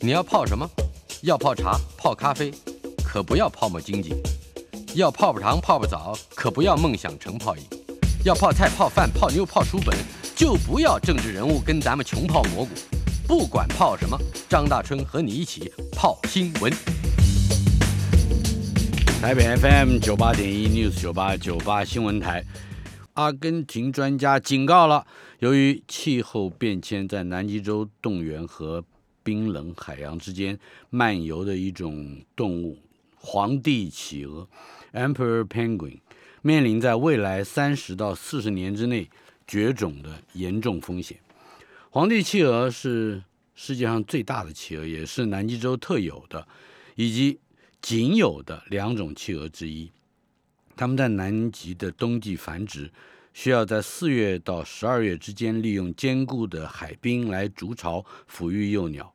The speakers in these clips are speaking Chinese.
你要泡什么？要泡茶、泡咖啡，可不要泡沫经济；要泡泡糖、泡泡澡，可不要梦想成泡影；要泡菜、泡饭、泡妞、泡书本，就不要政治人物跟咱们穷泡蘑菇。不管泡什么，张大春和你一起泡新闻。台北 FM 九八点一 News 九八九八新闻台，阿根廷专家警告了，由于气候变迁，在南极洲动员和冰冷海洋之间漫游的一种动物——皇帝企鹅 （Emperor Penguin），面临在未来三十到四十年之内绝种的严重风险。皇帝企鹅是世界上最大的企鹅，也是南极洲特有的，以及仅有的两种企鹅之一。它们在南极的冬季繁殖，需要在四月到十二月之间利用坚固的海冰来筑巢抚育幼鸟。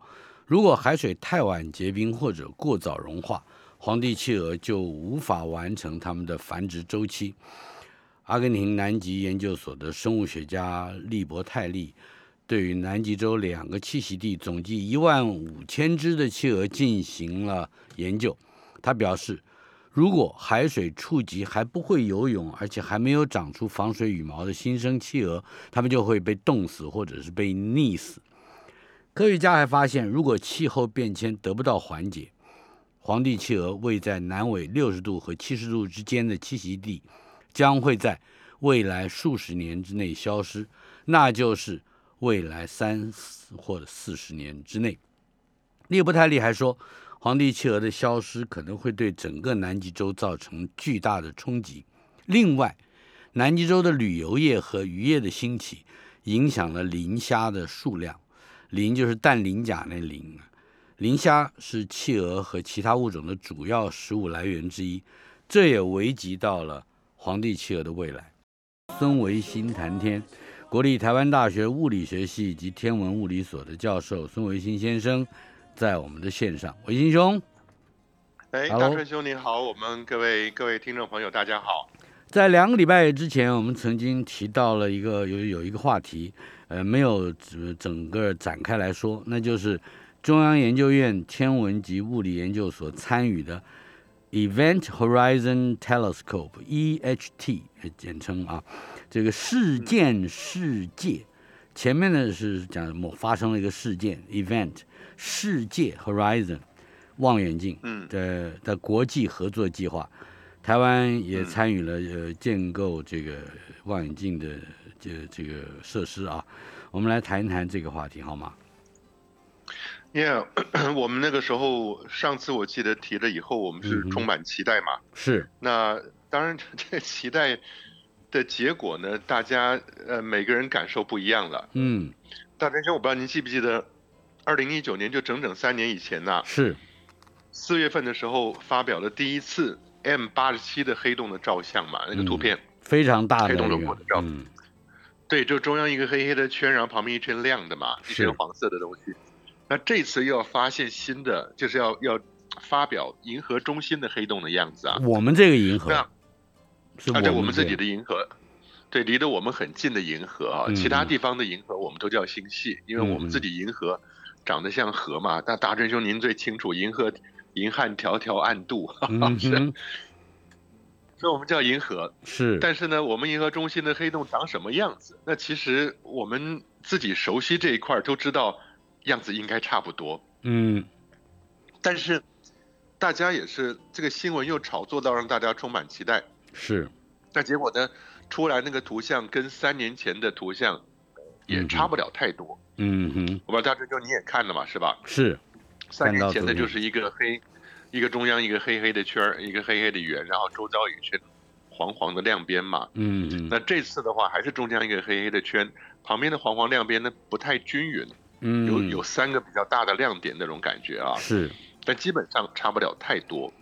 如果海水太晚结冰或者过早融化，皇帝企鹅就无法完成它们的繁殖周期。阿根廷南极研究所的生物学家利伯泰利对于南极洲两个栖息地总计一万五千只的企鹅进行了研究。他表示，如果海水触及还不会游泳，而且还没有长出防水羽毛的新生企鹅，它们就会被冻死或者是被溺死。科学家还发现，如果气候变迁得不到缓解，皇帝企鹅位在南纬六十度和七十度之间的栖息地将会在未来数十年之内消失，那就是未来三四或者四十年之内。利伯泰利还说，皇帝企鹅的消失可能会对整个南极洲造成巨大的冲击。另外，南极洲的旅游业和渔业的兴起，影响了磷虾的数量。磷就是氮磷钾那磷啊，磷虾是企鹅和其他物种的主要食物来源之一，这也危及到了皇帝企鹅的未来。孙维新谈天，国立台湾大学物理学系及天文物理所的教授孙维新先生在我们的线上。维新兄，哎， Hello 大春兄您好，我们各位各位听众朋友大家好。在两个礼拜之前，我们曾经提到了一个有有一个话题，呃，没有整整个展开来说，那就是中央研究院天文及物理研究所参与的 Event Horizon Telescope（EHT） 呃简称啊，这个事件世界。前面呢是讲某发生了一个事件 （event），世界 （horizon） 望远镜嗯的的国际合作计划，台湾嗯也参与了呃建构这个望远镜的这这个设施啊。我们来谈一谈这个话题好吗？ ，Yeah，我 们那个时候上次我记得提了以后，我们是嗯哼充满期待嘛。是，那当然， 这个期待的结果呢，大家呃每个人感受不一样了。嗯，大春兄，我不知道您记不记得，二零一九年就整整三年以前呐、是，四月份的时候发表了第一次 M 八十七的黑洞的照相嘛，那个图嗯片。非常大的黑一洞的个火照嗯对，就中央一个黑黑的圈，然后旁边一圈亮的嘛，一是圈黄色的东西。那这次又要发现新的，就是要要发表银河中心的黑洞的样子啊。我们这个银河那嗯是啊，对我们这自己个的银河，对，离得我们很近的银河啊，嗯其他嗯地方的银河我们都叫星系，因为嗯我嗯们自己银河长得像河嘛。那大真兄您最清楚，银河银汉迢迢暗 度，哈哈嗯是，哼所以我们叫银河。是，但是呢，我们银河中心的黑洞长什么样子？那其实我们自己熟悉这一块儿都知道，样子应该差不多。嗯但是大家也是这个新闻又炒作到让大家充满期待，是，但结果呢，出来那个图像跟三年前的图像也差不了太多。嗯哼我不知道大春兄你也看了嘛，是吧？是，三看到年前的图片就是一个黑，一个中央一个黑黑的圈儿，一个黑黑的圆，然后周遭有一圈黄黄的亮边嘛。嗯哼那这次的话，还是中间一个黑黑的圈，旁边的黄黄亮边呢不太均匀，嗯有有三个比较大的亮点那种感觉啊，是，但基本上差不了太多。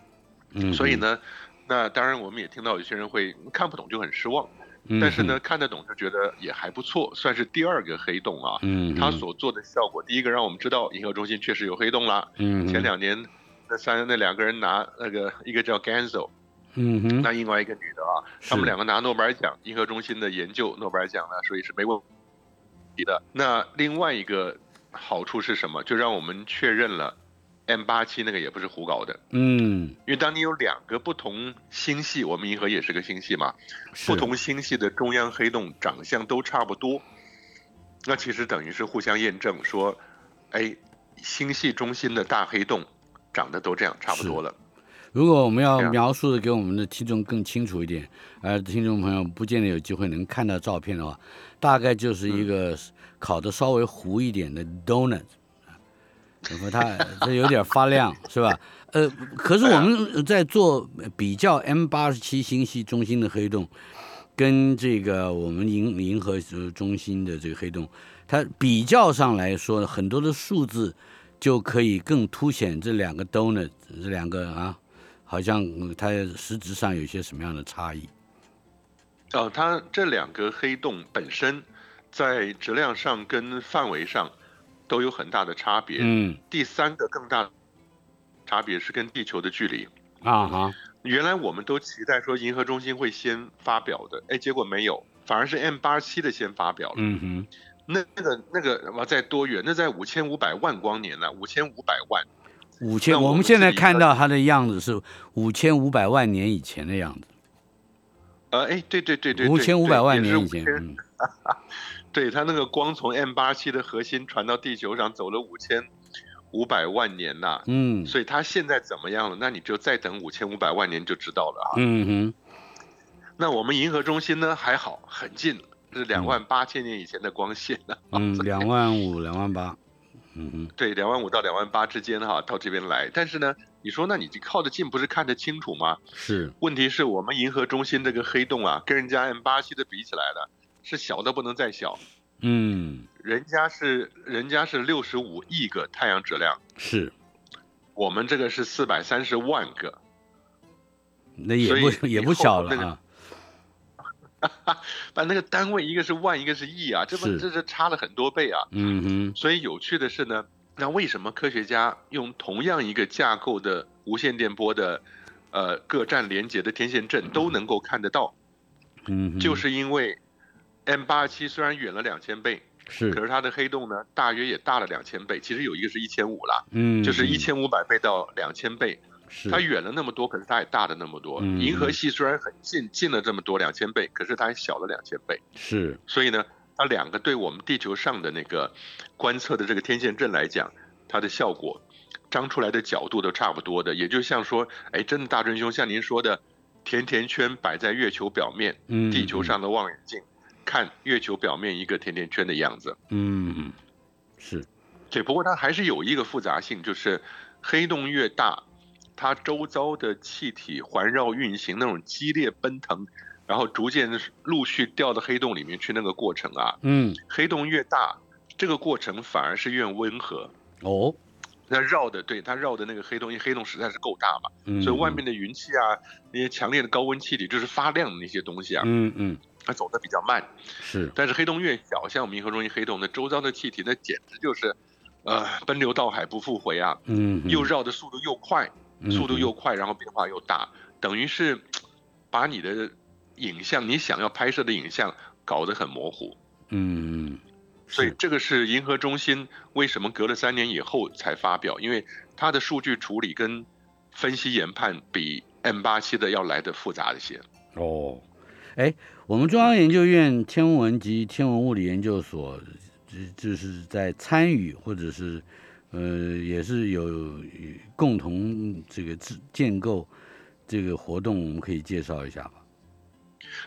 嗯所以哼呢，那当然我们也听到有些人会看不懂就很失望，嗯但是哼呢看得懂就觉得也还不错，算是第二个黑洞啊。嗯，它所做的效果，第一个让我们知道银河中心确实有黑洞啦。嗯前哼两年那三那两个人拿那个一个叫 Ganzo，嗯哼那另外一个女的啊，是他们两个拿诺贝尔奖，银河中心的研究诺贝尔奖呢，所以是没问题的。那另外一个好处是什么？就让我们确认了 M 八七那个也不是胡搞的，嗯，因为当你有两个不同星系，我们银河也是个星系嘛，是不同星系的中央黑洞长相都差不多，那其实等于是互相验证说，哎，星系中心的大黑洞长得都这样差不多了。如果我们要这样描述的给我们的听众更清楚一点，而听众朋友不见得有机会能看到照片的话，大概就是一个烤的稍微糊一点的 donut，然啊后它它有点发亮， 是吧？呃，可是我们在做比较 M 八十七星系中心的黑洞，跟这个我们银银河中心的这个黑洞，它比较上来说，很多的数字就可以更凸显这两个 donut 这两个啊，好像嗯它实质上有些什么样的差异。呃，它这两个黑洞本身在质量上跟范围上都有很大的差别。嗯第三个更大的差别是跟地球的距离。啊哈，原来我们都期待说银河中心会先发表的，哎，结果没有，反而是 M 八七的先发表了。嗯哼，那那个那个哇，在多远？那在五千五百万光年呢、5五千五百万。五千，那我我们们现在自己看的到它的样子是五千五百万年以前的样子，呃，哎，对对对对，五对千五百万年以。对前也，是5000嗯对它那个光从 M 八七的核心传到地球上，走了五千五百万年呐、嗯所以它现在怎么样了？那你就再等五千五百万年就知道了啊。嗯哼，那我们银河中心呢，还好，很近了，是两万八千年以前的光线呢、 嗯，两万五，两万八，嗯哼，对，两万五到两万八之间哈、到这边来。但是呢，你说那你靠得近不是看得清楚吗？是问题是我们银河中心这个黑洞啊，跟人家 M 八七的比起来了，是小的不能再小，嗯人家是人家是六十五亿个太阳质量，是，我们这个是四百三十万个。那也所以不也以不后小了那个啊，把那个单位一个是万，一个是亿啊，这不是这是差了很多倍啊。嗯哼，所以有趣的是呢，那为什么科学家用同样一个架构的无线电波的，呃各站连接的天线阵都能够看得到？嗯哼，就是因为 M 八七虽然远了两千倍，是可，是它的黑洞呢大约也大了两千倍，其实有一个是一千五啦，嗯，就是嗯一，千五百倍到两千倍，是它远了那么多，可是它也大了那么多。嗯银河系虽然很近，近了这么多两千倍，可是它还小了两千倍。是，所以呢，它两个对我们地球上的那个观测的这个天线阵来讲，它的效果张出来的角度都差不多的，也就像说，哎，真的大真兄像您说的，甜甜圈摆在月球表面，嗯，地球上的望远镜看月球表面一个甜甜圈的样子。嗯，嗯，是，对，不过它还是有一个复杂性，就是黑洞越大，它周遭的气体环绕运行那种激烈奔腾，然后逐渐陆续掉到黑洞里面去那个过程啊，嗯，黑洞越大，这个过程反而是越温和。哦，那绕的，对它绕的那个黑洞，因为黑洞实在是够大嘛，嗯，所以外面的云气啊，那些强烈的高温气体，就是发亮的那些东西啊，嗯，嗯嗯，它走得比较慢。是，但是黑洞越小，像我们银河中心黑洞，那周遭的气体，那简直就是，呃，奔流到海不复回啊，嗯，嗯嗯又绕的速度又快，速度，又快，然后变化又大，等于是把你的影像，你想要拍摄的影像搞得很模糊。嗯嗯嗯，所以是这个是银河中心为什么隔了三年以后才发表，因为它的数据处理跟分析研判比 M 八七的要来的复杂一些。哦，哎，我们中央研究院天文及天文物理研究所，就就是在参与或者是，呃，也是有共同这个制建构这个活动，我们可以介绍一下吧？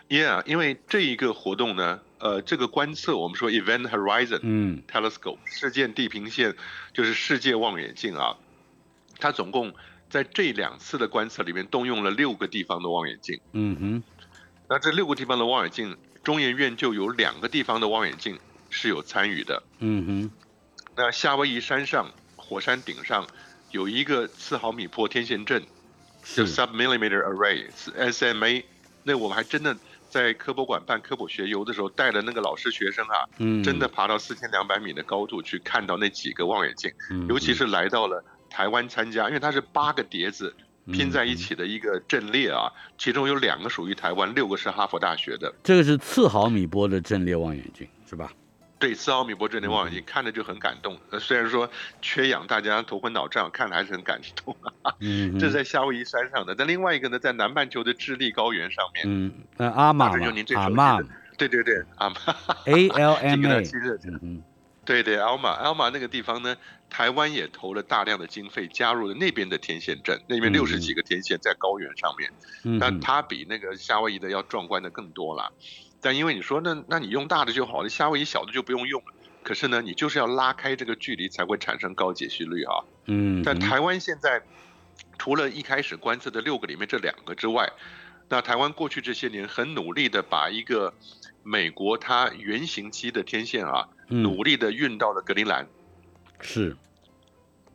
Yeah，因为这一个活动呢，呃，这个观测我们说 Event Horizon，嗯 Telescope 事件地平线，就是世界望远镜啊。它总共在这两次的观测里面动用了六个地方的望远镜。嗯哼，那这六个地方的望远镜，中研院就有两个地方的望远镜是有参与的。嗯哼，那夏威夷山上火山顶上有一个四毫米波天线阵，就是 Submillimeter Array SMA。那我们还真的在科博馆办科普学游的时候，带了那个老师学生啊，嗯，真的爬到四千两百米的高度去看到那几个望远镜。嗯，尤其嗯是来到了台湾参加，因为它是八个碟子拼在一，嗯起的一个阵列啊，其中有两个属于台湾，六个是哈佛大学的。这个是次毫米波的阵列望远镜是吧？对，四毫米波阵列望嗯远镜看着就很感动。呃虽然说缺氧，大家头昏脑胀，看了还是很感动。嗯，啊这是在夏威夷山上的。那另外一个呢，在南半球的智利高原上面。嗯，那阿玛这嘛就您最，熟阿悉的玛对对对，阿玛， ，A L 这 M 个 A，呢，其实嗯哼，对对，阿玛阿玛那个地方呢，台湾也投了大量的经费，加入了那边的天线阵，那嗯边六十几个天线在高原上面。嗯那哼，它比那个夏威夷的要壮观的更多啦。但因为你说那那你用大的就好了，夏威夷小的就不用用了。可是呢，你就是要拉开这个距离才会产生高解析率啊。嗯，但台湾现在除了一开始观测的六个里面这两个之外，那台湾过去这些年很努力的把一个美国它原型期的天线啊，嗯努力的运到了格陵兰，是，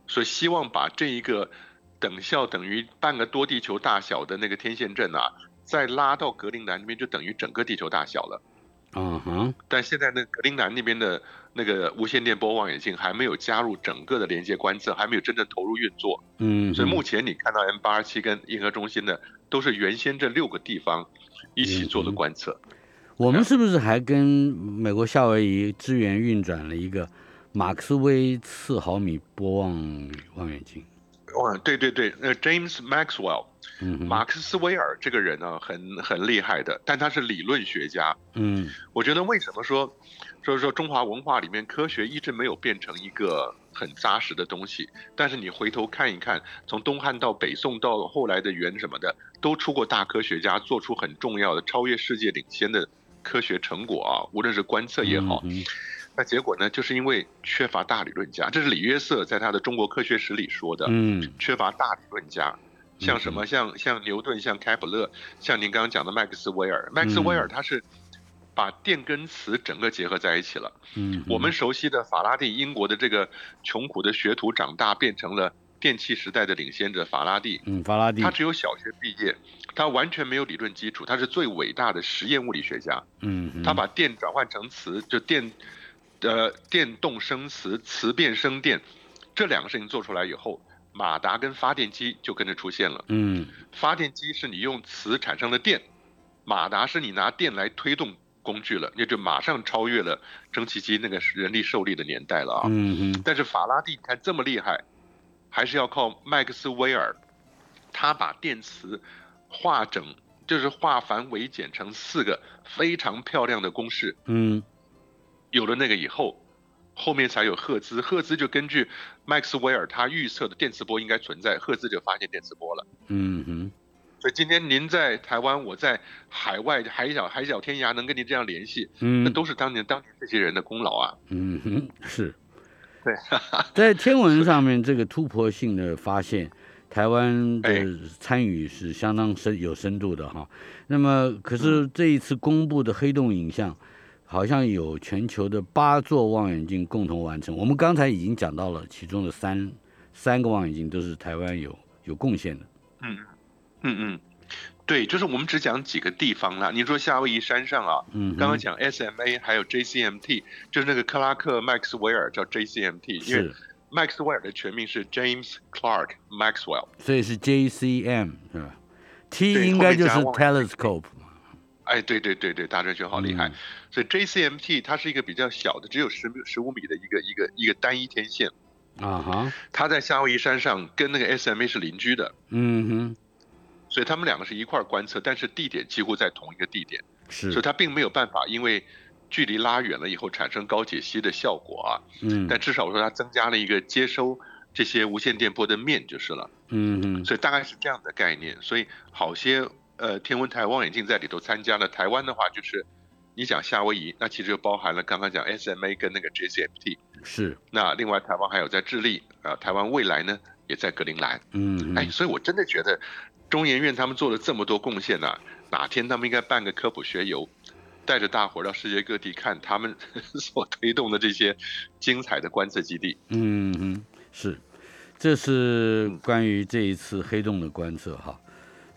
所以希望把这一个等效等于半个多地球大小的那个天线阵啊，再拉到格陵兰那边就等于整个地球大小了。嗯哼，但现在呢，格陵兰那边的那个无线电波望远镜还没有加入整个的连接观测，还没有真正投入运作。嗯，所以目前你看到 M 八二七跟银河中心的，都是原先这六个地方一起做嗯的观测。我们是不是还跟美国夏威夷支援运转了一个马克斯韦四毫米波望望远镜？哇，对对对，呃，James Maxwell 嗯哼，马克思韦尔这个人呢、很很厉害的，但他是理论学家。嗯我觉得为什么说，就是说中华文化里面科学一直没有变成一个很扎实的东西，但是你回头看一看，从东汉到北宋到后来的元什么的，都出过大科学家，做出很重要的超越世界领先的科学成果啊，无论是观测也好，嗯哼那结果呢，就是因为缺乏大理论家，这是李约瑟在他的《中国科学史》里说的，嗯缺乏大理论家，像什么像像牛顿、像开普勒、像您刚刚讲的麦克斯韦尔，麦克斯嗯韦尔他是把电跟磁整个结合在一起了。嗯，我们熟悉的法拉第，英国的这个穷苦的学徒长大，变成了电气时代的领先者法拉第。嗯法拉第他，只有小学毕业，他完全没有理论基础，他是最伟大的实验物理学家。嗯哼，他把电转换成磁，就电，呃，电动生磁，磁变生电，这两个事情做出来以后，马达跟发电机就跟着出现了。嗯发电机是你用磁产生了电，马达是你拿电来推动工具了，也就马上超越了蒸汽机那个人力受力的年代了啊。嗯哼但是法拉第你看这么厉害，还是要靠麦克斯韦尔，他把电磁化整，就是化繁为简成四个非常漂亮的公式。嗯有了那个以后，后面才有赫兹。赫兹就根据麦克斯韦尔他预测的电磁波应该存在，赫兹就发现电磁波了。嗯哼所以今天您在台湾，我在海外海角海角天涯能跟您这样联系，那嗯都是当年当年这些人的功劳啊。嗯哼是， 对，在天文上面这个突破性的发现，台湾的哎参与是相当深有深度的哈。那么，可是这一次公布的黑洞影像，好像有全球的八座望远镜共同完成。我们刚才已经讲到了，其中的三三个望远镜都是台湾有有贡献的。嗯嗯，对，就是我们只讲几个地方啦。您说夏威夷山上啊，嗯哼，刚刚讲 SMA 还有 JCMT，就是那个克拉克麦克斯韦尔叫 JCMT，因为嗯是，麦克斯韦尔的全名是 James Clark Maxwell。所以是 JCM 是吧？T 对应该就后是面加望 telescope 嘛。哎，对对对对，大哲学好厉害。嗯所以 JCMT 它是一个比较小的，只有十十五米的一个一个一个单一天线，啊哈，它在夏威夷山上跟那个 SMA 是邻居的，嗯哼，所以他们两个是一块儿观测，但是地点几乎在同一个地点，所以是，它并没有办法因为距离拉远了以后产生高解析的效果啊。嗯但至少说它增加了一个接收这些无线电波的面就是了。嗯哼，所以大概是这样的概念。所以好些呃天文台望远镜在里头参加了。台湾的话就是，你讲夏威夷，那其实就包含了刚刚讲 SMA 跟那个 JCFT。是，那另外台湾还有在智利啊、台湾未来呢也在格陵兰。嗯哼，哎，所以我真的觉得中研院他们做了这么多贡献呐、啊哪天他们应该办个科普学游。带着大伙儿到世界各地看他们 所推动的这些精彩的观测基地。嗯哼，是，这是关于这一次黑洞的观测哈。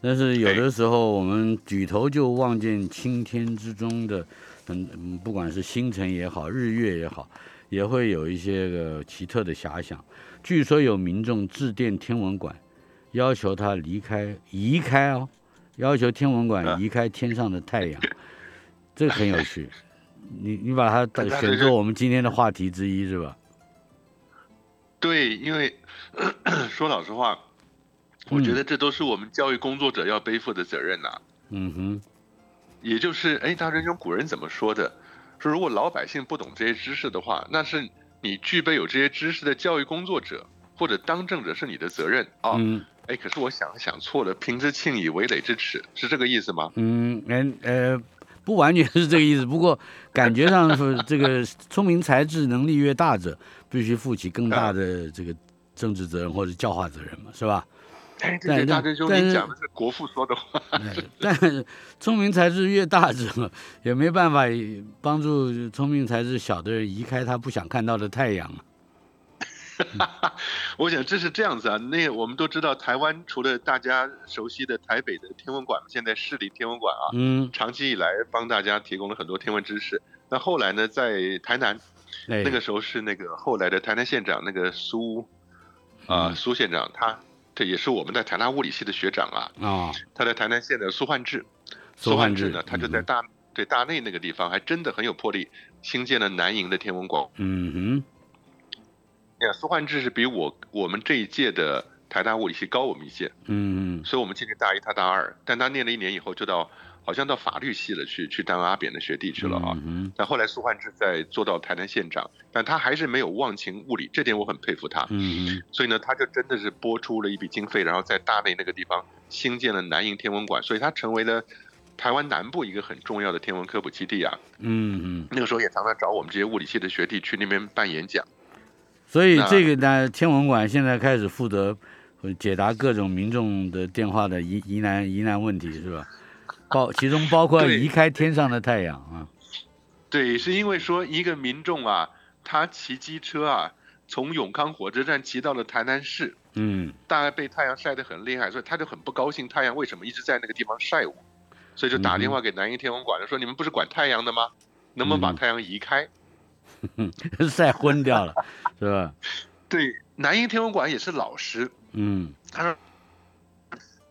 但是有的时候我们举头就望见青天之中的，嗯，嗯不管是星辰也好，日月也好，也会有一些个奇特的遐想。据说有民众致电天文馆，要求他离开移开啊哦，要求天文馆移开天上的太阳，这个很有趣。你你把它当但选是作我们今天的话题之一是吧？对，因为 说老实话，我觉得这都是我们教育工作者要背负的责任呐、嗯哼，也就是，哎，大人兄古人怎么说的？说如果老百姓不懂这些知识的话，那是你具备有这些知识的教育工作者或者当政者是你的责任啊。嗯哎，可是我想想错了，平之庆以为累之耻，是这个意思吗？嗯，嗯呃，不完全是这个意思，不过感觉上是这个聪明才智能力越大者，必须负起更大的嗯这个政治责任或者教化责任嘛，是 吧？但哎，对对，但大真兄，但您是讲的是国父说的话。哎但是聪明才智越大者，也没办法帮助聪明才智小的人移开他不想看到的太阳啊。我想这是这样子啊，那我们都知道，台湾除了大家熟悉的台北的天文馆，现在市立天文馆啊，嗯，长期以来帮大家提供了很多天文知识。那后来呢，在台南哎，那个时候是那个后来的台南县长那个苏，啊、嗯苏县长，他这也是我们在台大物理系的学长啊，啊，他在台南县的苏焕智，苏焕焕智智嗯呢，他就在大、对大内那个地方还真的很有魄力，兴建了南营的天文馆。嗯哼，哎呀，苏焕智是比我我们这一届的台大物理系高我们一届，嗯所以我们今年大一，他大二，但他念了一年以后就到好像到法律系了去去当阿扁的学弟去了啊。嗯但后来苏焕智在做到台南县长，但他还是没有忘情物理，这点我很佩服他。哼，嗯所以呢，他就真的是拨出了一笔经费，然后在大内那个地方兴建了南营天文馆，所以他成为了台湾南部一个很重要的天文科普基地啊。哼，嗯哼，那个时候也常常找我们这些物理系的学弟去那边办演讲。所以这个呢，天文馆现在开始负责呃解答各种民众的电话的疑疑难疑难问题，是吧？包其中包括对移开天上的太阳啊，对，是因为说一个民众啊，他骑机车啊，从永康火车站骑到了台南市，嗯， 大概被太阳晒得很厉害，所以他就很不高兴，太阳为什么一直在那个地方晒我？所以就打电话给南营天文馆说：“你们不是管太阳的吗？能不能把嗯太阳移开？”晒昏掉了，是吧？对，南营天文馆也是老师，嗯他说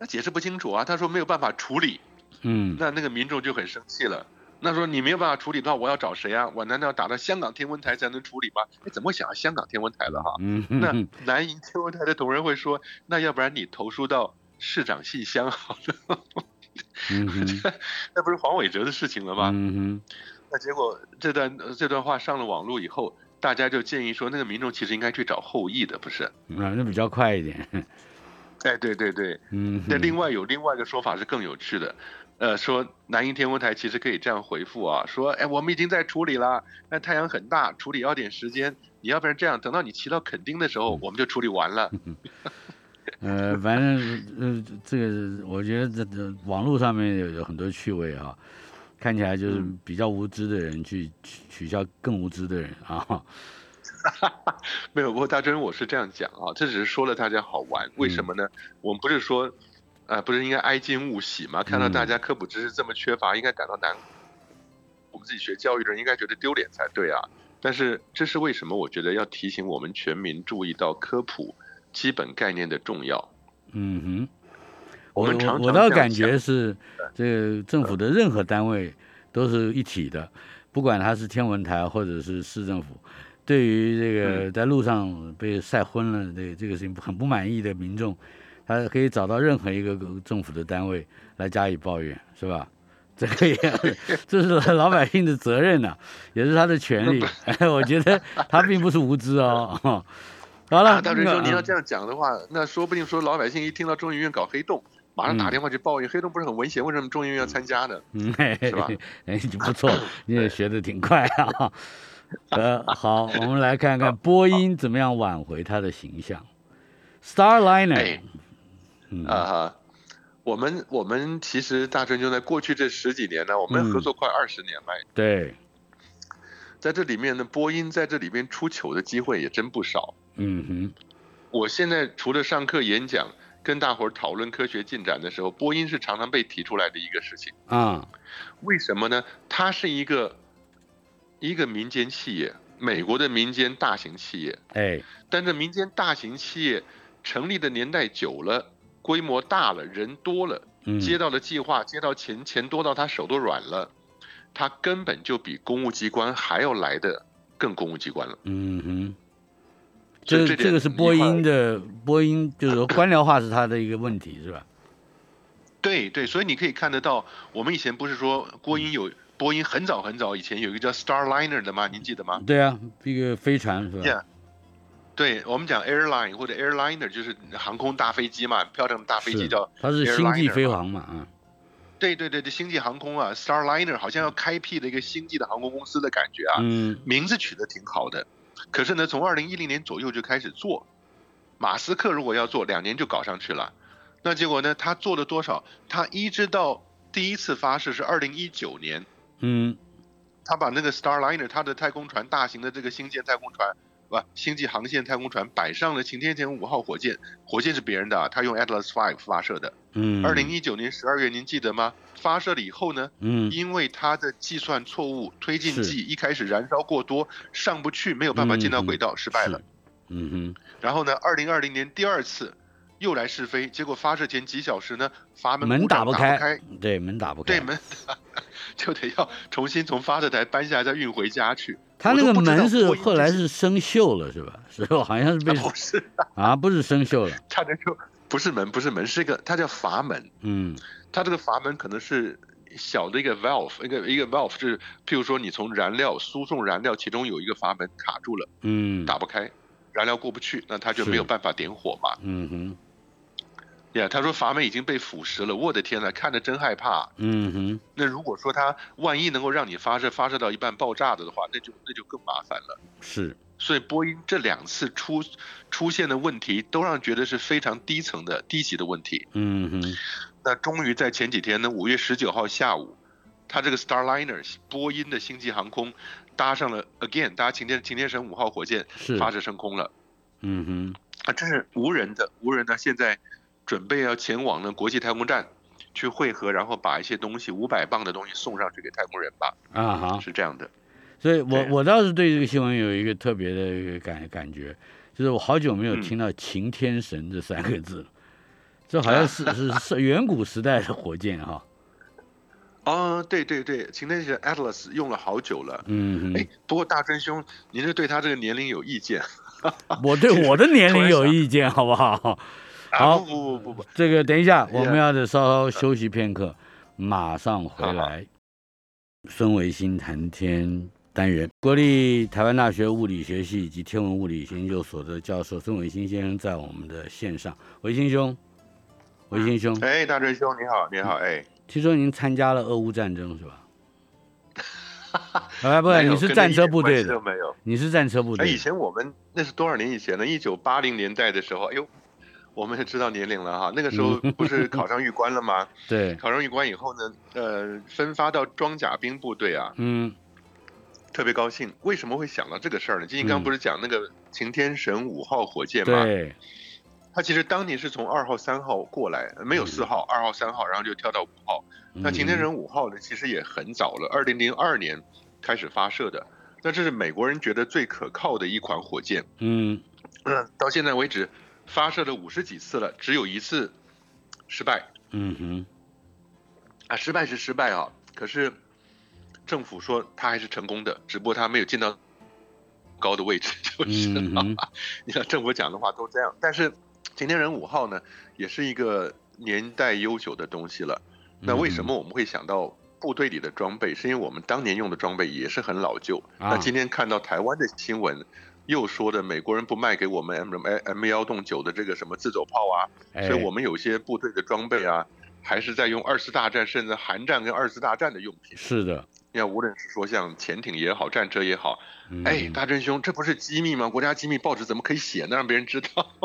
那解释不清楚啊，他说没有办法处理，嗯那那个民众就很生气了。那说你没有办法处理的话，我要找谁啊？我难道要打到香港天文台才能处理吗？哎，怎么会想到香港天文台了哈？嗯哼那哼，南营天文台的同仁会说，那要不然你投诉到市长信箱好了，嗯哼，那不是黄伟哲的事情了吗？嗯那结果这段呃这段话上了网络以后，大家就建议说，那个民众其实应该去找后羿的，不是？哼，啊，那比较快一点，哎，对对对，嗯，那另外有另外一个说法是更有趣的，呃，说南营天文台其实可以这样回复啊，说，哎，我们已经在处理了，那太阳很大，处理要点时间，你要不然这样，等到你骑到垦丁的时候，我们就处理完了。呃，反正呃，这个我觉得这这网络上面有有很多趣味啊，看起来就是嗯比较无知的人去取取笑更无知的人啊。 没有，不过大真我是这样讲啊，这只是说了大家好玩，为嗯什么呢？我们不是说，呃，不是应该哀今勿喜吗？看到嗯大家科普知识这么缺乏，应该感到难。我们自己学教育的人应该觉得丢脸才对啊。但是这是为什么？我觉得要提醒我们全民注意到科普基本概念的重要。嗯哼，我们常我我常倒这样感觉是，这个政府的任何单位都是一体的，不管它是天文台或者是市政府，对于这个嗯在路上被晒昏了这这个事情很不满意的民众，他可以找到任何一个政府的单位来加以抱怨，是吧？ 这个 也，这是老百姓的责任呐、也是他的权利。 我觉得他并不是无知哦。 好了，啊，大真那兄，你要嗯这样讲的话，那说不定说老百姓一听到众议院搞黑洞，马上嗯打电话去抱怨，黑洞不是很危险，为什么众议院要参加呢？嗯， 嘿嘿是吧嘿，哎，不 错，你也学的挺快啊。 呃，好，我们来看看波音怎么样挽回他的形象。Starliner，哎嗯啊哈，我们我们其实大成就在过去这十几年呢，我们嗯合作快二十年了，对，在这里面呢，波音在这里边出糗的机会也真不少。嗯我现在除了上课演讲，跟大伙儿讨论科学进展的时候，波音是常常被提出来的一个事情。哼，啊，为什么呢？它是一个一个民间企业，美国的民间大型企业，哎，但这民间大型企业成立的年代久了，规模大了，人多了。嗯，接到了计划，接到钱，钱多到他手都软了。它根本就比公务机关还要来的更公务机关了。嗯哼，所以这点这个是你波一会儿音的波音，就是说官僚化是他的一个问题，是吧？对对，所以你可以看得到，我们以前不是说波音有波音很早很早以前有一个叫 Starliner 的吗？您记得吗？对啊，这个飞船是吧 Yeah 对我们讲 airline 或者 airliner 就是航空大飞机嘛，漂亮的大飞机是叫。它是星际 airliner 飞嘛航嘛啊，对对对对，星际航空啊，Starliner 好像要开辟了一个星际的航空公司的感觉啊，嗯名字取得挺好的。可是呢，从二零一零年左右就开始做，马斯克如果要做，两年就搞上去了。那结果呢，他做了多少？他一直到第一次发射是二零一九年，嗯他把那个 Starliner 他的太空船，大型的这个星舰太空船，不，星际航线太空船摆上了擎天舰五号火箭，火箭是别人的啊，他用 Atlas Five 发射的。嗯，二零一九年十二月，您记得吗？发射了以后呢，嗯因为它的计算错误，推进是嗯剂一开始燃烧过多，上不去，没有办法进到轨道，失败了。是，嗯然后呢，二零二零年第二次又来试飞，结果发射前几小时呢，阀哼，门门故障打不打开，开，对门打不开，对门就得要重新从发射台搬下来，再运回家去。它我那都个不知道门是波音后来这是生锈了，是吧？是吧？好像是被不是，啊，不是生锈了，差点说不是门，不是门，是一个它叫阀门，嗯它这个阀门可能是小的一个 valve，一个一个 valve 就是，譬如说你从燃料输送燃料，其中有一个阀门卡住了，嗯，打不开，燃料过不去，那它就是没有办法点火嘛。嗯哼呀、他说阀门已经被腐蚀了，我的天呐，看着真害怕。嗯哼那如果说它万一能够让你发射发射到一半爆炸的的话，那就那就更麻烦了。是，所以波音这两次出出现的问题，都让觉得是非常低层的低级的问题。嗯哼那终于在前几天呢，五月十九号下午，它这个 Starliner 波音的星际航空搭上了 Again 搭擎天擎天神五号火箭是，发射升空了嗯哼啊，这是无人的，无人呢现在准备要前往呢国际太空站去汇合，然后把一些东西五百磅的东西送上去给太空人吧，啊哈，是这样的。所以我对啊我倒是对这个新闻有一个特别的一个感感觉，就是我好久没有嗯听到“擎天神”这三个字了，这好像 是是是远古时代的火箭哈、啊，对对对，擎天神 Atlas 用了好久了。嗯哎，不过大真兄，您是对他这个年龄有意见？哼，我对我的年龄有意见，好不好？好啊，不不不不不，这个等一下， Yeah 我们要得稍稍休息片刻，马上回来。孙维新谈天单元，国立台湾大学物理学系及天文物理研究所的教授孙维新先生在我们的线上，维新兄，维新兄，哎，大真兄你好，你好，哎。听说您参加了俄乌战争是 吧？哎， 不，没有你是跟战这车一点部关队系都的，没有。你是战车部哎，队以的，前我们那是多少年以前呢？一九八零年代的时候，哎呦，我们也知道年龄了哈。那个 时候不是考上预官了吗？对，考上预官以后呢，呃，分发到装甲兵部队啊，嗯特别高兴。为什么会想到这个事儿呢？金刚嗯不是讲那个擎天神五号火箭吗？对，它其实当年是从二号、三号过来，没有四号、二号、三号，然后就跳到五号。那嗯擎天神五号呢，其实也很早了，二零零二年开始发射的。那这是美国人觉得最可靠的一款火箭， 嗯嗯，到现在为止发射了五十几次了，只有一次失败嗯哼啊，失败是失败啊，可是政府说它还是成功的，只不过它没有进到高的位置， 就是嗯了。哼你看政府讲的话都这样，但是擎天人五号呢，也是一个年代悠久的东西了。那为嗯什么我们会想到部队里的装备？是因为我们当年用的装备也是很老旧。啊 那今天看到台湾的新闻，又说的美国人不卖给我们 M M 幺洞九的这个什么自走炮啊，哎所以我们有些部队的装备啊，还是在用二次大战甚至韩战跟二次大战的用品。是的，你看，无论是说像潜艇也好，战车也好，嗯哎，大真兄，这不是机密吗？国家机密报纸怎么可以写呢？让别人知道？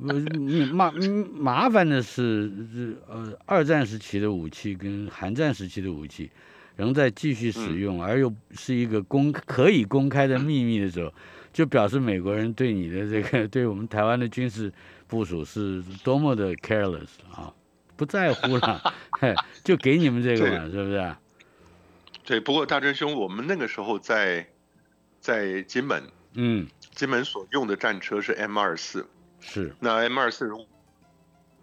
我嗯麻嗯麻烦的是，是呃，二战时期的武器跟韩战时期的武器仍在继续使嗯用，而又是一个公可以公开的秘密的时候，就表示美国人对你的这个对我们台湾的军事部署是多么的 careless 啊，不在乎了，嘿，就给你们这个嘛，是不是啊？对，不过大真兄，我们那个时候在在金门，嗯，金门所用的战车是 M 二四，是，那 M 二四如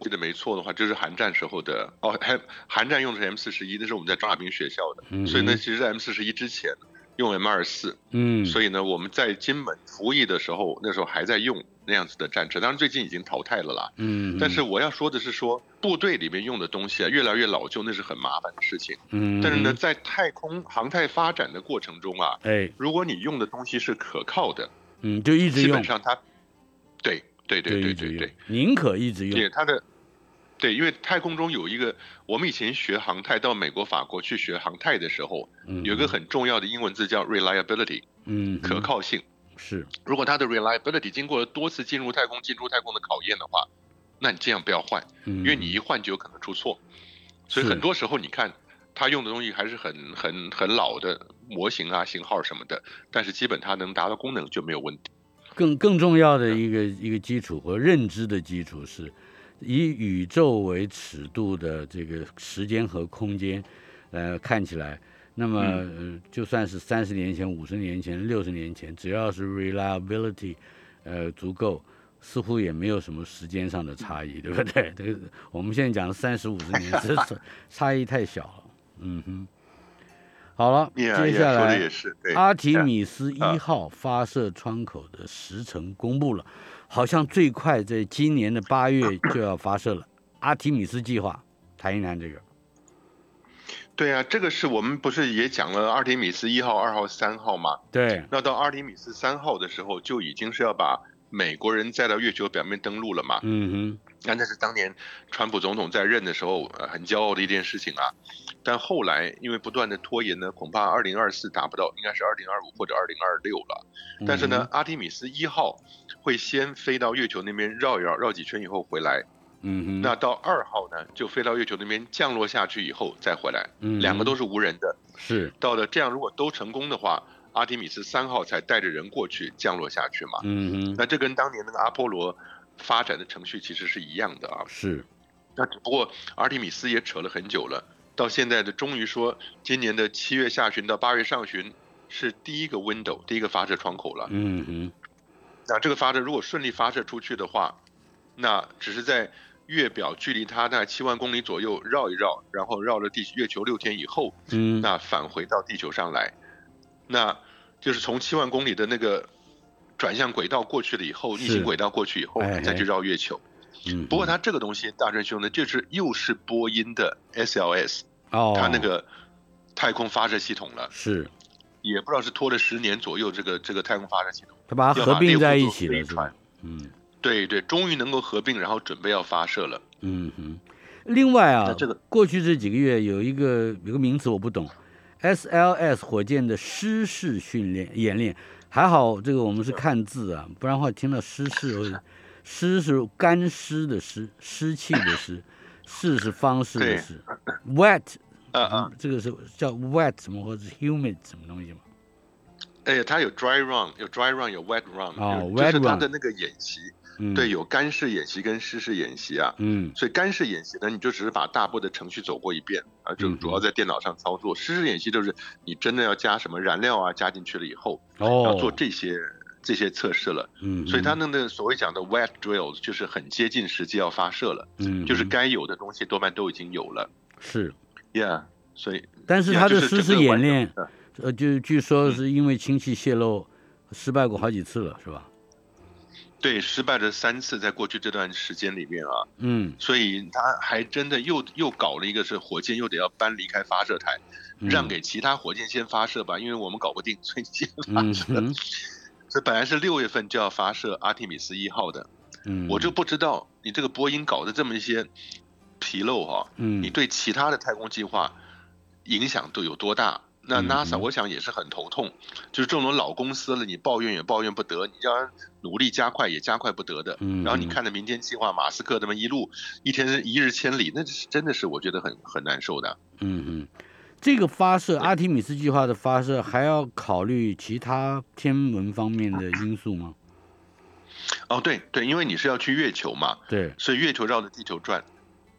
记得没错的话，这是韩战时候的哦，还韩战用的是 M 四十一，那是我们在装甲兵学校的，嗯所以呢，其实在 M 四十一之前用 M 二四，嗯，所以呢，我们在金门服役的时候，那时候还在用那样子的战车，当然最近已经淘汰了啦。嗯，但是我要说的是说，部队里面用的东西啊，越来越老旧，那是很麻烦的事情。嗯，但是呢，在太空航太发展的过程中啊，哎，如果你用的东西是可靠的，嗯，就一直基用本，上它，对对对就对一直对用对，，宁可一直也用，它的，对，因为太空中有一个，我们以前学航太到美国、法国去学航太的时候，嗯有一个很重要的英文字叫 reliability，嗯可靠性。是，如果它的 reliability 经过了多次进入太空、进出太空的考验的话，那你尽量不要换，因因为你一换就有可能出错。所以嗯是很多时候你看，它用的东西还是很很很老的模型啊、型号什么的，但是基本它能达到功能就没有问题。更更重要嗯的一个一个基础和认知的基础是，以宇宙为尺度的这个时间和空间，呃，看起来，那么、嗯呃就算是三十年前、五十年前、六十年前，只要是 reliability，呃，足够。似乎也没有什么时间上的差异，对不对？ 这个我们现在讲三十五十年，这是 差异太小了。嗯哼，好了，你接下说来的也是，对，阿提米斯一啊号发射窗口的时程公布了，好像最快在今年的八 月就要发射了。阿提米斯计划，谈一谈这个。对啊，这个是我们不是也讲了阿提米斯一号、二号、三号吗？对，那到阿提米斯三号的时候，就已经是要把美国人载到月球表面登陆了嘛？嗯那那是当年川普总统在任的时候、呃很骄傲的一件事情啊。但后来因为不断的拖延呢，恐怕二零二四达不到，应该是二零二五或者二零二六了。嗯哼，但是呢，阿提米斯一号会先飞到月球那边绕一绕，绕几圈以后回来。嗯哼，嗯哼，那到二号呢，就飞到月球那边降落下去以后再回来。那两个都是无人的。嗯是，到了这样，如果都成功的话，阿提米斯三号才带着人过去降落下去嘛。嗯哼，那这跟当年那个阿波罗发展的程序其实是一样的啊。是，那只不过阿提米斯也扯了很久了，到现在的终于说，今年的七月下旬到八月上旬是第一个 window，第一个发射窗口了。嗯哼，那这个发射如果顺利发射出去的话，那只是在月表距离它大概七万公里左右绕一绕，然后绕了地月球六天以后，嗯，那返回到地球上来，那就是从七万公里的那个转向轨道过去了以后，是逆行轨道过去以后，哎哎再去绕月球。嗯哼不过它这个东西，大真兄呢，就是又是波音的 SLS，哦，它那个太空发射系统了，是，也不知道是拖了十年左右，这个这个太空发射系统。他把它合并在一起要把猎了，户是座飞吧？嗯对对，终于能够合并，然后准备要发射了。嗯哼。另外啊那，这个过去这几个月有一个有个名词我不懂，SLS 火箭的失事训练演练，还好这个我们是看字啊，不然的话听到失事，我湿是干湿的湿，湿气的湿，湿是方式的对湿，wet 啊啊，这个是叫 wet 什么或者是 humid 什么东西嘛？哎，它有 dry run，有 dry run，有 wet run，哦有就 wet 是它 run 的那个演习，嗯，对，，有干式演习跟湿式演习啊。嗯所以干式演习呢，你就只是把大部分的程序走过一遍啊，就嗯主要在电脑上操作。实时演习就是你真的要加什么燃料啊，加进去了以后，要哦，做这些这些测试了。嗯，所以它那个所谓讲的 wet drills 就是很接近实际要发射了，嗯就是嗯该有的东西多半都已经有了是， ，yeah。所以但是它的失事演练嗯，呃，就据说是因为氢气泄漏失败过好几次了，是吧？对失败了三次，在过去这段时间里面啊， 嗯，所以他还真的又又搞了一个是火箭又得要搬离开发射台，嗯让给其他火箭先发射吧，因为我们搞不定，所以先发嗯射。哼这本来是六月份就要发射阿提米斯一号的，嗯，我就不知道你这个波音搞的这么一些纰漏哈、嗯你对其他的太空计划影响都有多大？那嗯 NASA 嗯我想也是很头痛，就是这种老公司了，你抱怨也抱怨不得，你让它努力加快也加快不得的。嗯然后你看着民间计划，马斯克他们一路一天一日千里，那是真的是我觉得很很难受的。嗯嗯，这个发射阿提米斯计划的发射还要考虑其他天文方面的因素吗？哦，对对，因为你是要去月球嘛，对，所以月球绕着地球转，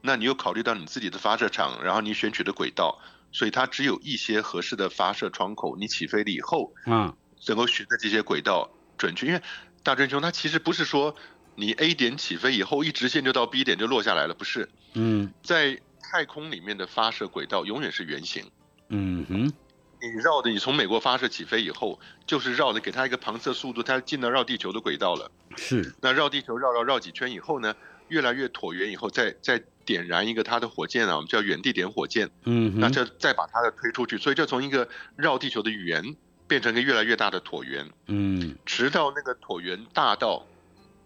那你又考虑到你自己的发射场，然后你选取的轨道，所以它只有一些合适的发射窗口。你起飞了以后，啊，能够循着这些轨道准确，因为大真兄他其实不是说你 A 点起飞以后一直线就到 B 点就落下来了，不是？嗯在太空里面的发射轨道永远是圆形，嗯哼，你绕的，你从美国发射起飞以后，就是绕的，给它一个旁侧速度，它进到绕地球的轨道了。是，那绕地球绕绕绕几圈以后呢，越来越椭圆以后，再再点燃一个它的火箭啊，我们叫远地点火箭，嗯那哼，就再把它的推出去，所以就从一个绕地球的圆变成一个越来越大的椭圆，嗯直到那个椭圆大到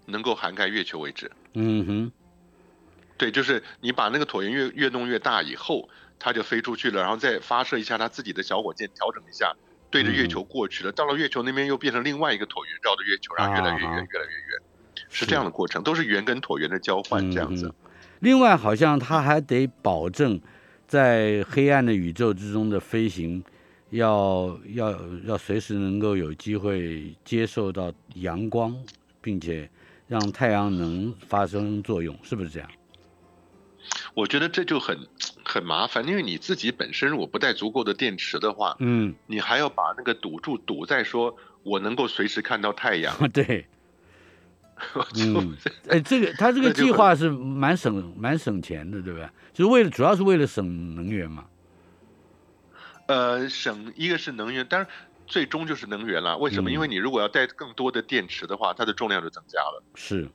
能够涵盖月球为止。嗯哼，对，就是你把那个椭圆越越弄越大以后，它就飞出去了，然后再发射一下它自己的小火箭，调整一下，对着月嗯球过去了。到了月球那边又变成另外一个椭圆，绕着月球，然后越来越啊远，越来越远，是这样的过程，都是圆跟椭圆的交换这样子嗯。哼另外，好像他还得保证在黑暗的宇宙之中的飞行。要要要随时能够有机会接受到阳光，并且让太阳能发生作用，是不是这样？我觉得这就很很麻烦，因为你自己本身如果不带足够的电池的话，嗯，你还要把那个赌注赌在说我能够随时看到太阳， 对， 我就嗯，哎，这 个他这个那就计很划是蛮省蛮省钱的，对吧？就是为了主要是为了省能源嘛。呃，省一个是能源，当然最终就是能源了。为什么？嗯因为你如果要带更多的电池的话，它的重量就增加了，是，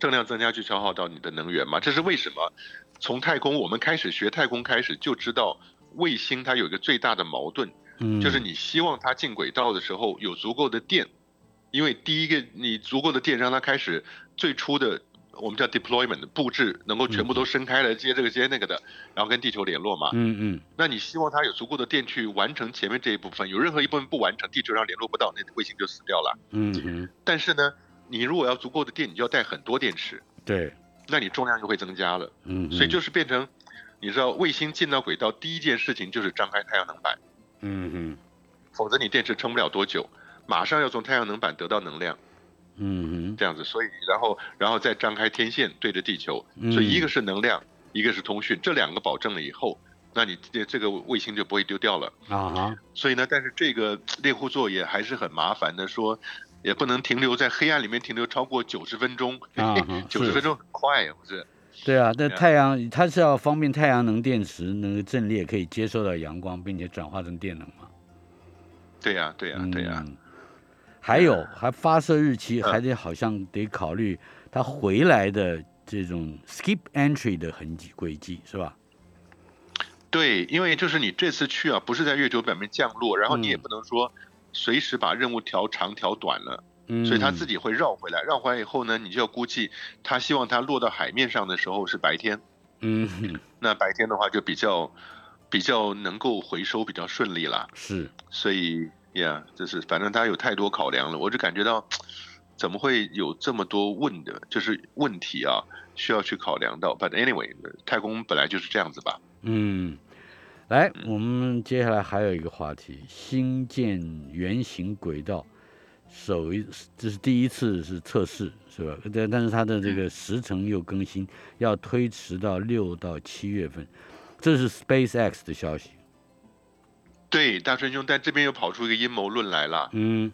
重量增加去消耗到你的能源嘛。这是为什么？从太空我们开始学太空开始就知道，卫星它有一个最大的矛盾，嗯，就是你希望它进轨道的时候有足够的电，因为第一个你足够的电让它开始最初的。我们叫 deployment 布置能够嗯全部都伸开来接这个接那个的，然后跟地球联络嘛。嗯嗯那你希望它有足够的电去完成前面这一部分，有任何一部分不完成，地球上联络不到，那卫星就死掉了。嗯嗯，但是呢，你如果要足够的电，你就要带很多电池，对，那你重量就会增加了，嗯，所以就是变成，你知道卫星进到轨道第一件事情就是张开太阳能板，嗯嗯否则你电池撑不了多久，马上要从太阳能板得到能量，嗯嗯这样子。所以然后然后再张开天线对着地球，嗯所以一个是能量，一个是通讯，这两个保证了以后，那你这这个卫星就不会丢掉了。啊哈，所以呢，但是这个猎户座也还是很麻烦的，说也不能停留在黑暗里面停留超过九十分钟啊哈， 九十、是分钟很快，不是？对啊，那对啊太阳它是要方便太阳能电池能够阵列可以接受到阳光，并且转化成电能嘛。对呀、对呀、对呀、啊嗯还有还发射日期嗯还得好像得考虑它回来的这种 skip entry 的痕迹轨迹是吧？对，因为就是你这次去啊，不是在月球表面降落，然后你也嗯不能说随时把任务调长调短了，嗯，所以它自己会绕回来，绕回来以后呢，你就要估计它希望它落到海面上的时候是白天，嗯哼那白天的话就比较比较能够回收比较顺利啦。是所以呀就是反正他有太多考量了，我就感觉到怎么会有这么多问的，就是问题啊，需要去考量到。But anyway，太空本来就是这样子吧。嗯，来，我们接下来还有一个话题，新建圆形轨道，首一这是第一次是测试是吧？但但是它的这个时程又更新，要推迟到六到七月份，这是 SpaceX 的消息。对，大春兄，但这边又跑出一个阴谋论来了，嗯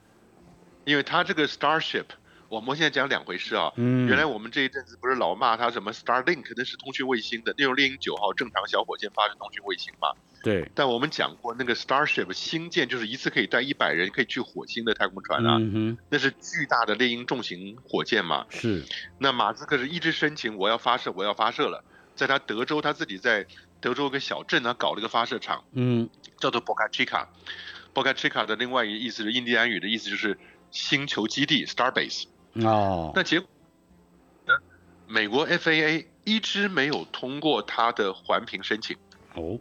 因为他这个 Starship，我们现在讲两回事啊。嗯，原来我们这一阵子不是老骂他什么 Starlink，那是通讯卫星的，那用猎鹰九号正常小火箭发射通讯卫星嘛。对但我们讲过那个 Starship 星舰，就是一次可以带一百人可以去火星的太空船啊。嗯哼那是巨大的猎鹰重型火箭嘛。是那马斯克是一直申请我要发射，我要发射了。在他德州，他自己在德州一个小镇呢搞了一个发射场，嗯叫做 Boca Chica。Boca Chica 的另外一个意思是印第安语的意思就是星球基地 （Star Base）。哦那结果呢？美国 FAA 一直没有通过他的环评申请。哦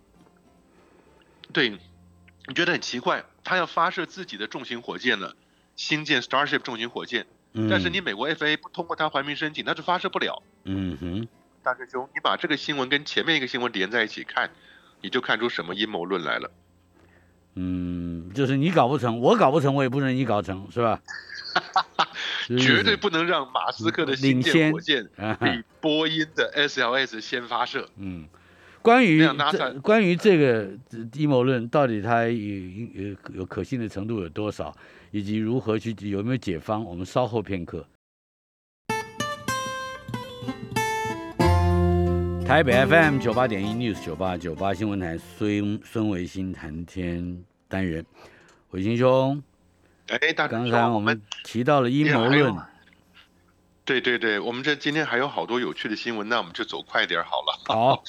对，你觉得很奇怪，他要发射自己的重型火箭了，星舰 Starship 重型火箭，嗯，但是你美国 FAA 不通过它环评申请，它就发射不了。嗯哼大师兄，你把这个新闻跟前面一个新闻连在一起看，你就看出什么阴谋论来了。嗯，就是你搞不成，我搞不成，我也不能你搞成， 是吧？是绝对不能让马斯克的星领舰先火箭 啊哈比波音的 SLS 先发射。嗯，关于那样拉这塞关于这个呃阴谋论到底它有有有可信的程度有多少，以及如何去有没有解方，我们稍后片刻。台北 FM 九八点一 News 九八九八新闻台孙孙维新谈天单元，维新兄，哎，大刚壮，才我我们们提到了阴谋还有论，对对对，我们这今天还有好多有趣的新闻，那我们就走快点儿好了。 好，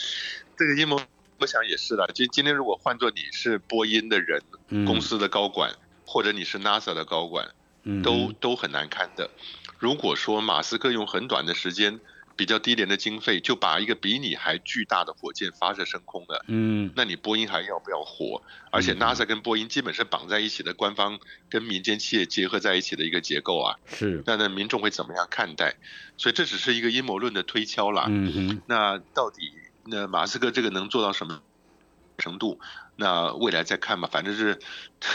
这个阴谋，我想也是的。今今天如果换做你是波音的人，嗯公司的高管，或者你是 NASA 的高管，嗯都都很难堪的。如果说马斯克用很短的时间、比较低廉的经费，就把一个比你还巨大的火箭发射升空了，嗯那你波音还要不要活？而且嗯 NASA 跟波音基本是绑在一起的，官方跟民间企业结合在一起的一个结构啊。是那那民众会怎么样看待？所以这只是一个阴谋论的推敲啦。嗯哼那到底那马斯克这个能做到什么程度？那未来再看吧，反正是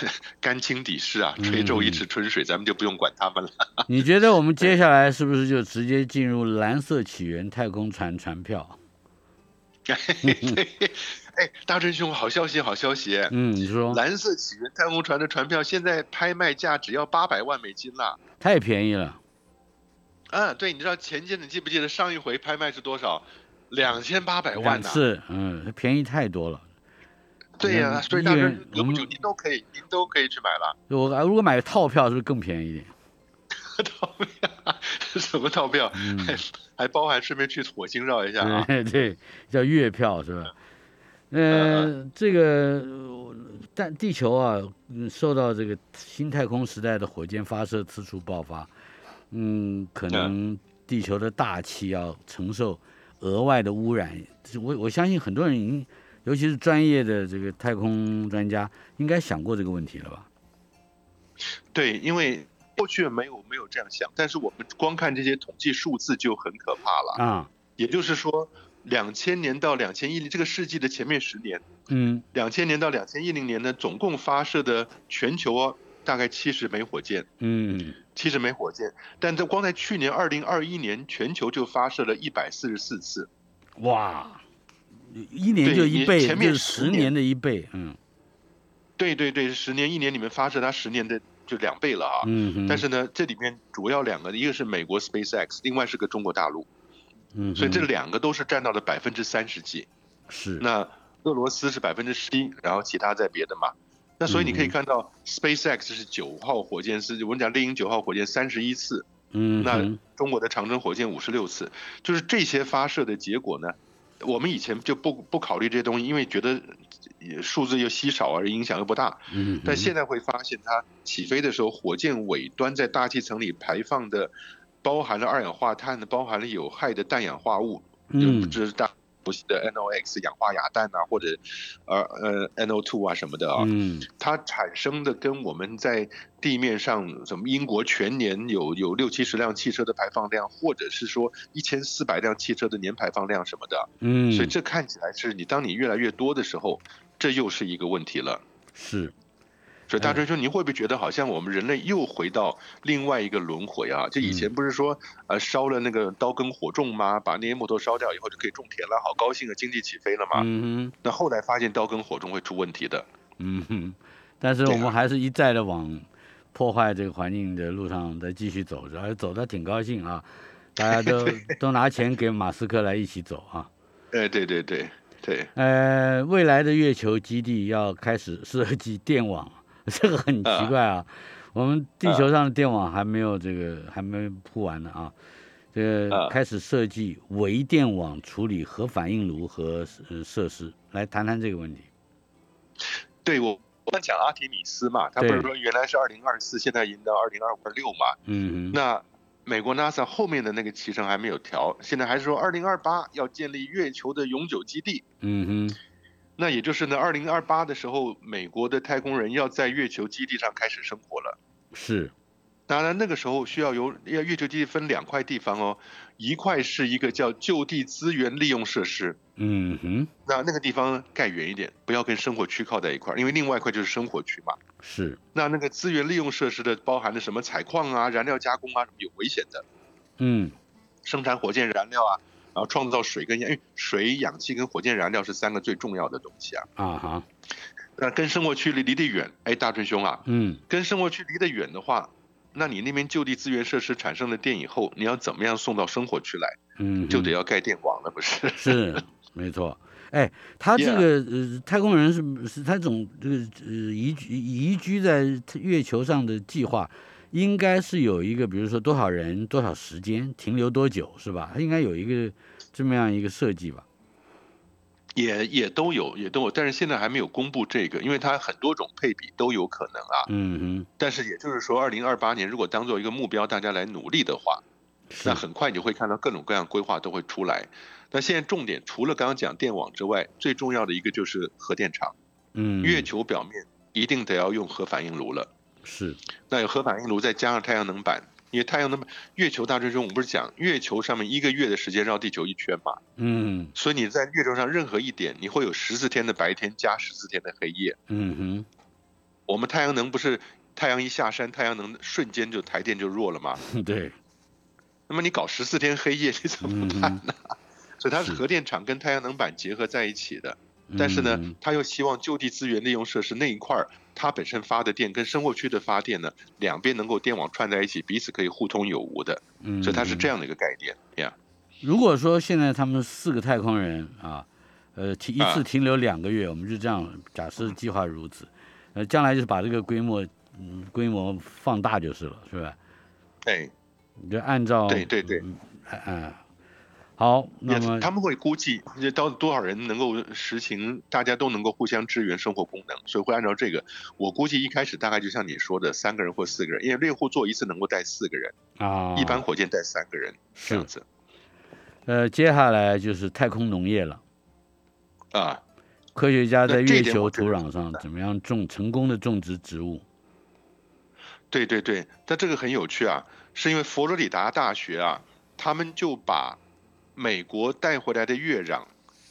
干清底事啊，嗯吹皱一池春水，咱们就不用管他们了。你觉得我们接下来是不是就直接进入蓝色起源太空船船票？哎，大真兄，好消息，好消息！嗯，你说蓝色起源太空船的船票现在拍卖价只要八百万美金啦。太便宜了，嗯，对，你知道前阵子你记不记得上一回拍卖是多少？两千八百万两呢、次，嗯，便宜太多了。对呀、嗯所以大一真人隔不久嗯您都可以，您都可以去买了。 我如果买套票，是不是更便宜一点？套票？什么套票？嗯还还包含顺便去火星绕一下啊？ 对对，叫月票是 吧？嗯呃，这个呃但地球啊，嗯受到这个新太空时代的火箭发射次数爆发，嗯，可能地球的大气要承受额外的污染。这我我相信很多人已经，尤其是专业的这个太空专家，应该想过这个问题了吧？对，因为过去没有没有这样想，但是我们光看这些统计数字就很可怕了。啊，也就是说，两千年到两千一这个世纪的前面十年，嗯两千年到两千一零年呢，总共发射的全球哦大概七十枚火箭。嗯，七十枚火箭，但在光在去年二零二一年，全球就发射了一百四十四次。哇，一年对就你一倍，前面就是十十年年的一倍，嗯对对对，十年一年里面发射它十年的就两倍了啊。嗯哼，但是呢，这里面主要两个，一个是美国 SpaceX，另外是个中国大陆，嗯哼，所以这两个都是占到了百分之三十几。是那俄罗斯是百分之十一，然后其他在别的嘛。那所以你可以嗯看到，SpaceX 是九号火箭是我们讲猎鹰九号火箭三十一次，嗯那哼中国的长征火箭五十六次，就是这些发射的结果呢。我们以前就不不考虑这些东西，因为觉得呃数字又稀少而影响又不大。嗯，但现在会发现，它起飞的时候，火箭尾端在大气层里排放的，包含了二氧化碳的，包含了有害的氮氧化物，就嗯这是大不是的 NOx 氧化亚氮啊，或者呃呃 NO2 啊什么的啊，嗯它产生的跟我们在地面上什么英国全年有有六七十辆汽车的排放量，或者是说一千四百辆汽车的年排放量什么的，嗯，所以这看起来是你当你越来越多的时候，这又是一个问题了。是所以嗯大春兄，您会不会觉得好像我们人类又回到另外一个轮回啊？就以嗯前不是说，呃，烧了那个刀耕火种吗？把那些木头烧掉以后就可以种田了，好高兴啊，经济起飞了嘛。嗯哼那后来发现刀耕火种会出问题的，嗯哼，但是对我们啊还是一再的往破坏这个环境的路上再继续走着，而且走的挺高兴啊，大家 都都拿钱给马斯克来一起走啊。哎，对对对对，呃，未来的月球基地要开始设计电网， 这个很奇怪啊。我们地球上的电网还没有这个还没铺完呢啊。这个啊开始设计微电网处理核反应炉和呃设施，来谈谈这个问题。对我我们讲阿提米斯嘛，他不对是说原来是二零二四，现在已经到二零二五六嘛。嗯哼，那美国 NASA 后面的那个提成还没有调，现在还是说二零二八要建立月球的永久基地。嗯那也就是呢，二零二八的时候，美国的太空人要在月球基地上开始生活了。哼，是，当然，那个时候需要由要月球基地分两块地方哦，一块是一个叫就地资源利用设施，嗯哼，那那个地方盖远一点，不要跟生活区靠在一块儿，因为另外一块就是生活区嘛。是，那那个资源利用设施的包含了什么采矿啊、燃料加工啊，什么有危险的，嗯生产火箭燃料啊，然后创造水跟氧，因为水、氧气跟火箭燃料是三个最重要的东西啊。啊哈，那跟生活区离离得远，哎，大春兄啊，嗯跟生活区离得远的话，那你那边就地资源设施产生了电以后，你要怎么样送到生活区来，嗯哼，就得要盖电网了，不是？ 是没错。哎，他这个呃，太空人是是他总这个呃移居移居在月球上的计划，应该是有一个，比如说多少人、多少时间、停留多久，是吧？他应该有一个这么样一个设计吧？也也都有，也都有，但是现在还没有公布这个，因为它很多种配比都有可能啊。嗯但是也就是说，二零二八年如果当做一个目标，大家来努力的话，那很快你会看到各种各样规划都会出来。那现在重点除了刚刚讲电网之外，最重要的一个就是核电厂。嗯，月球表面一定得要用核反应炉了。是那有核反应炉，再加上太阳能板，因为太阳能板，月球大追踪我们不是讲月球上面一个月的时间绕地球一圈嘛，嗯所以你在月球上任何一点，你会有十四天的白天加十四天的黑夜。嗯哼我们太阳能不是太阳一下山，太阳能瞬间就台电就弱了嘛？哼， 对，那么你搞十四天黑夜，你怎么办 呢？所以它是嗯是核电厂跟太阳能板结合在一起的。但是呢嗯，他又希望就地资源利用设施那一块儿，它本身发的电跟生活区的发电呢，两边能够电网串在一起，彼此可以互通有无的，嗯，所以它是这样。样的一个概念呀。如果说现在他们四个太空人啊，呃，停一次啊停留两个月，我们就这样假设计划如此，呃，将来就是把这个规模，嗯，规模放大就是了，是吧？对，你就按照哎对对对，嗯哎哎好，那么也他们会估计这到底多少人能够实行，大家都能够互相支援生活功能，所以会按照这个。我估计一开始大概就像你说的，三个人或四个人，因为猎户座一次能够带四个人，啊，一般火箭带三个人这是样子呃，接下来就是太空农业了。啊。科学家在那这月点球我觉土得嗯壤上怎么样种成功的种植植物？对对对，但这个很有趣啊，是因为佛罗里达大学啊，他们就把美国带回来的月壤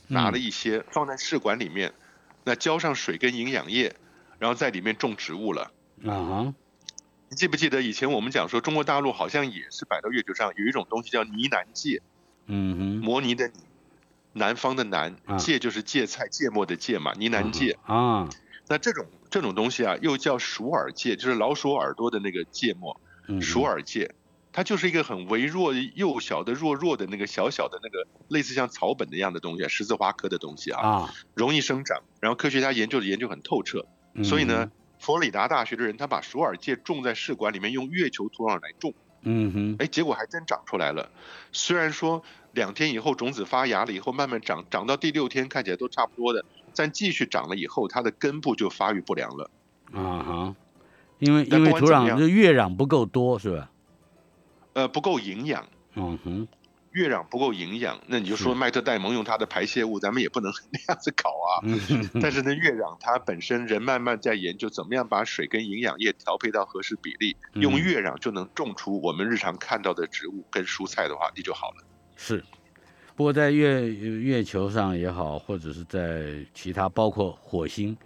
嗯拿了一些放在试管里面，那浇上水跟营养液，然后在里面种植物了。啊哈，你记不记得以前我们讲说中国大陆好像也是摆到月球上有一种东西叫呢喃芥，嗯哼，模拟的拟，南方的南啊，芥就是芥菜芥末的芥嘛，呢喃芥。啊，那这种这种东西啊，又叫鼠耳芥，就是老鼠耳朵的那个芥末。嗯哼鼠耳芥，它就是一个很微弱、幼小的、弱弱的那个小小的那个类似像草本的一样的东西，十字花科的东西啊，啊，容易生长。然后科学家研究的研究很透彻，嗯所以呢，佛罗里达大学的人他把鼠耳芥种在试管里面，用月球土壤来种，嗯哼，哎，结果还真长出来了。虽然说两天以后种子发芽了以后慢慢长，长到第六天看起来都差不多的，但继续长了以后，它的根部就发育不良了。嗯哼，啊哈，因为但因为不管土怎么壤样这月壤不够多是吧？呃，不够营养，嗯哼，月壤不够营养，那你就是说麦特戴蒙用它的排泄物，咱们也不能 那样子搞啊。嗯哼但是呢，月壤它本身人慢慢在研究怎么样把水跟营养液调配到合适比例，嗯用月壤就能种出我们日常看到的植物跟蔬菜的话，你就好了。是。不过在月月球上也好，或者是在其他包括火星，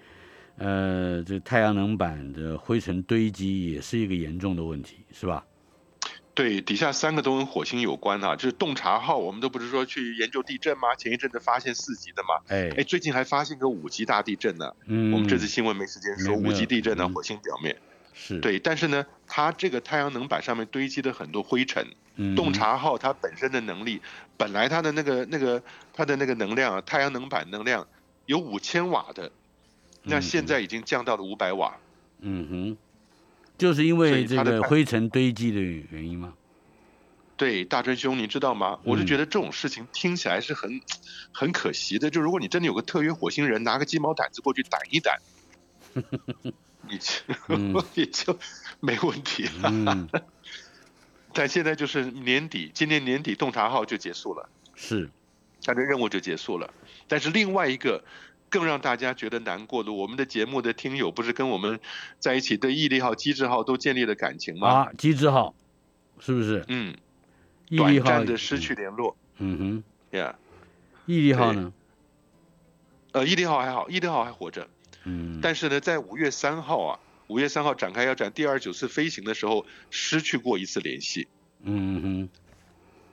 呃，这太阳能板的灰尘堆积也是一个严重的问题，是吧？对，底下三个都跟火星有关啊，就是洞察号，我们都不是说去研究地震吗？前一阵子发现四级的吗？哎，哎，最近还发现个五级大地震呢。嗯，我们这次新闻没时间说没没五有级地震呢，嗯火星表面。是，对，但是呢，它这个太阳能板上面堆积的很多灰尘，嗯洞察号它本身的能力，本来它的那个那个它的那个能量啊，太阳能板能量有五千瓦的，那嗯现在已经降到了五百瓦。嗯哼，就是因所为以这它的个碳灰尘堆积的原因 吗？对，大真兄，你知道吗？我是嗯觉得这种事情听起来是很很可惜的。就如果你真的有个特约火星人，拿个鸡毛掸子过去掸一 掸，你嗯就 你就没问题了。嗯，但现在就是年底，今年年底洞察号就结束了。是， 它的任务就结束了。但是另外一个更让大家觉得难过的，我们的节目的听友不是跟我们在一起对毅力号、机智号都建立了感情吗？啊，机智号，是不是？嗯，毅短力号暂的失去，联络。嗯呀、哼，毅力号呢？呃，毅力号还好，毅力号还活着。嗯，但是呢，在五月三号啊，五月三号展开要展第二十九次飞行的时候，失去过一次联系。嗯哼，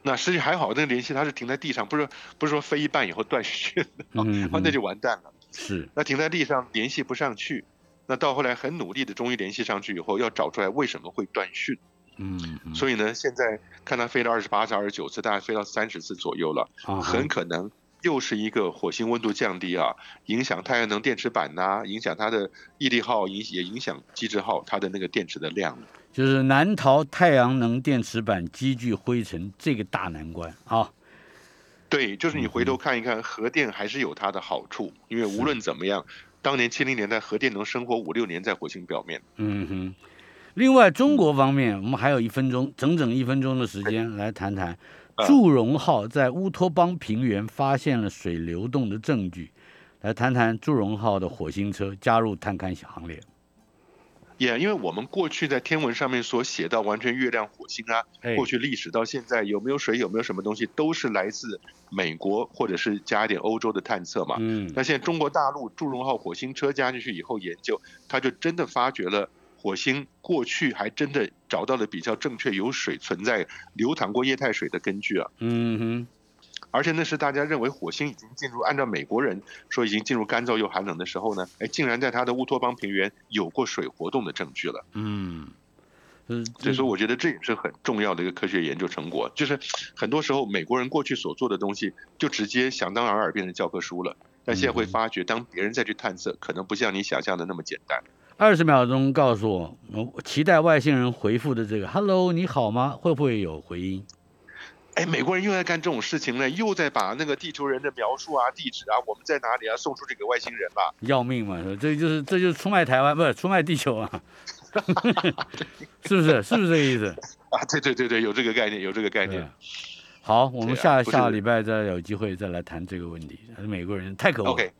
那失去还好，那个联系它是停在地上，不是不是说飞一半以后断 讯，嗯哼，哦那就完蛋了。是，那停在地上联系不上去，那到后来很努力的，终于联系上去以后，要找出来为什么会断讯。嗯哼，所以呢，现在看他飞了二十八次、二十九次，大概飞到三十次左右了，啊哈很可能又是一个火星温度降低啊，影响太阳能电池板呐、影响它的毅力号，影也影响机制号它的那个电池的量。就是难逃太阳能电池板积聚灰尘这个大难关啊。对，就是你回嗯头看一看，核电还是有它的好处，因为无论怎么样，当年七零年代核电能生活五六年在火星表面。嗯哼。另外，中国方面，我们还有一分钟，整整一分钟的时间来谈谈啊祝融号在乌托邦平原发现了水流动的证据，来谈谈祝融号的火星车加入探勘行列。也、因为我们过去在天文上面所写到完全月亮、火星啊，哎过去历史到现在有没有水、有没有什么东西，都是来自美国或者是加一点欧洲的探测嘛。嗯那现在中国大陆祝融号火星车加进去以后研究，它就真的发掘了火星过去还真的找到了比较正确有水存在、流淌过液态水的根据啊。嗯哼，而且那是大家认为火星已经进入，按照美国人说已经进入干燥又寒冷的时候呢，哎，竟然在它的乌托邦平原有过水活动的证据了。嗯，嗯，所以说，我觉得这也是很重要的一个科学研究成果。就是很多时候美国人过去所做的东西，就直接想当然耳变成教科书了。但现在嗯会发觉，当别人再去探测，可能不像你想象的那么简单。二十秒钟告诉我，我期待外星人回复的这个 “Hello，你好吗”会不会有回音？哎，美国人又在干这种事情了，又在把那个地球人的描述啊、地址啊、我们在哪里啊送出去给外星人了。要命嘛！ 这就是这就是出卖台湾，不是出卖地球啊， 是不是？是不是这个意思？啊，对对对对，有这个概念，有这个概对念。好，我们对啊下不是下个礼拜再有机会再来谈这个问题。美国人太可恶了。 OK，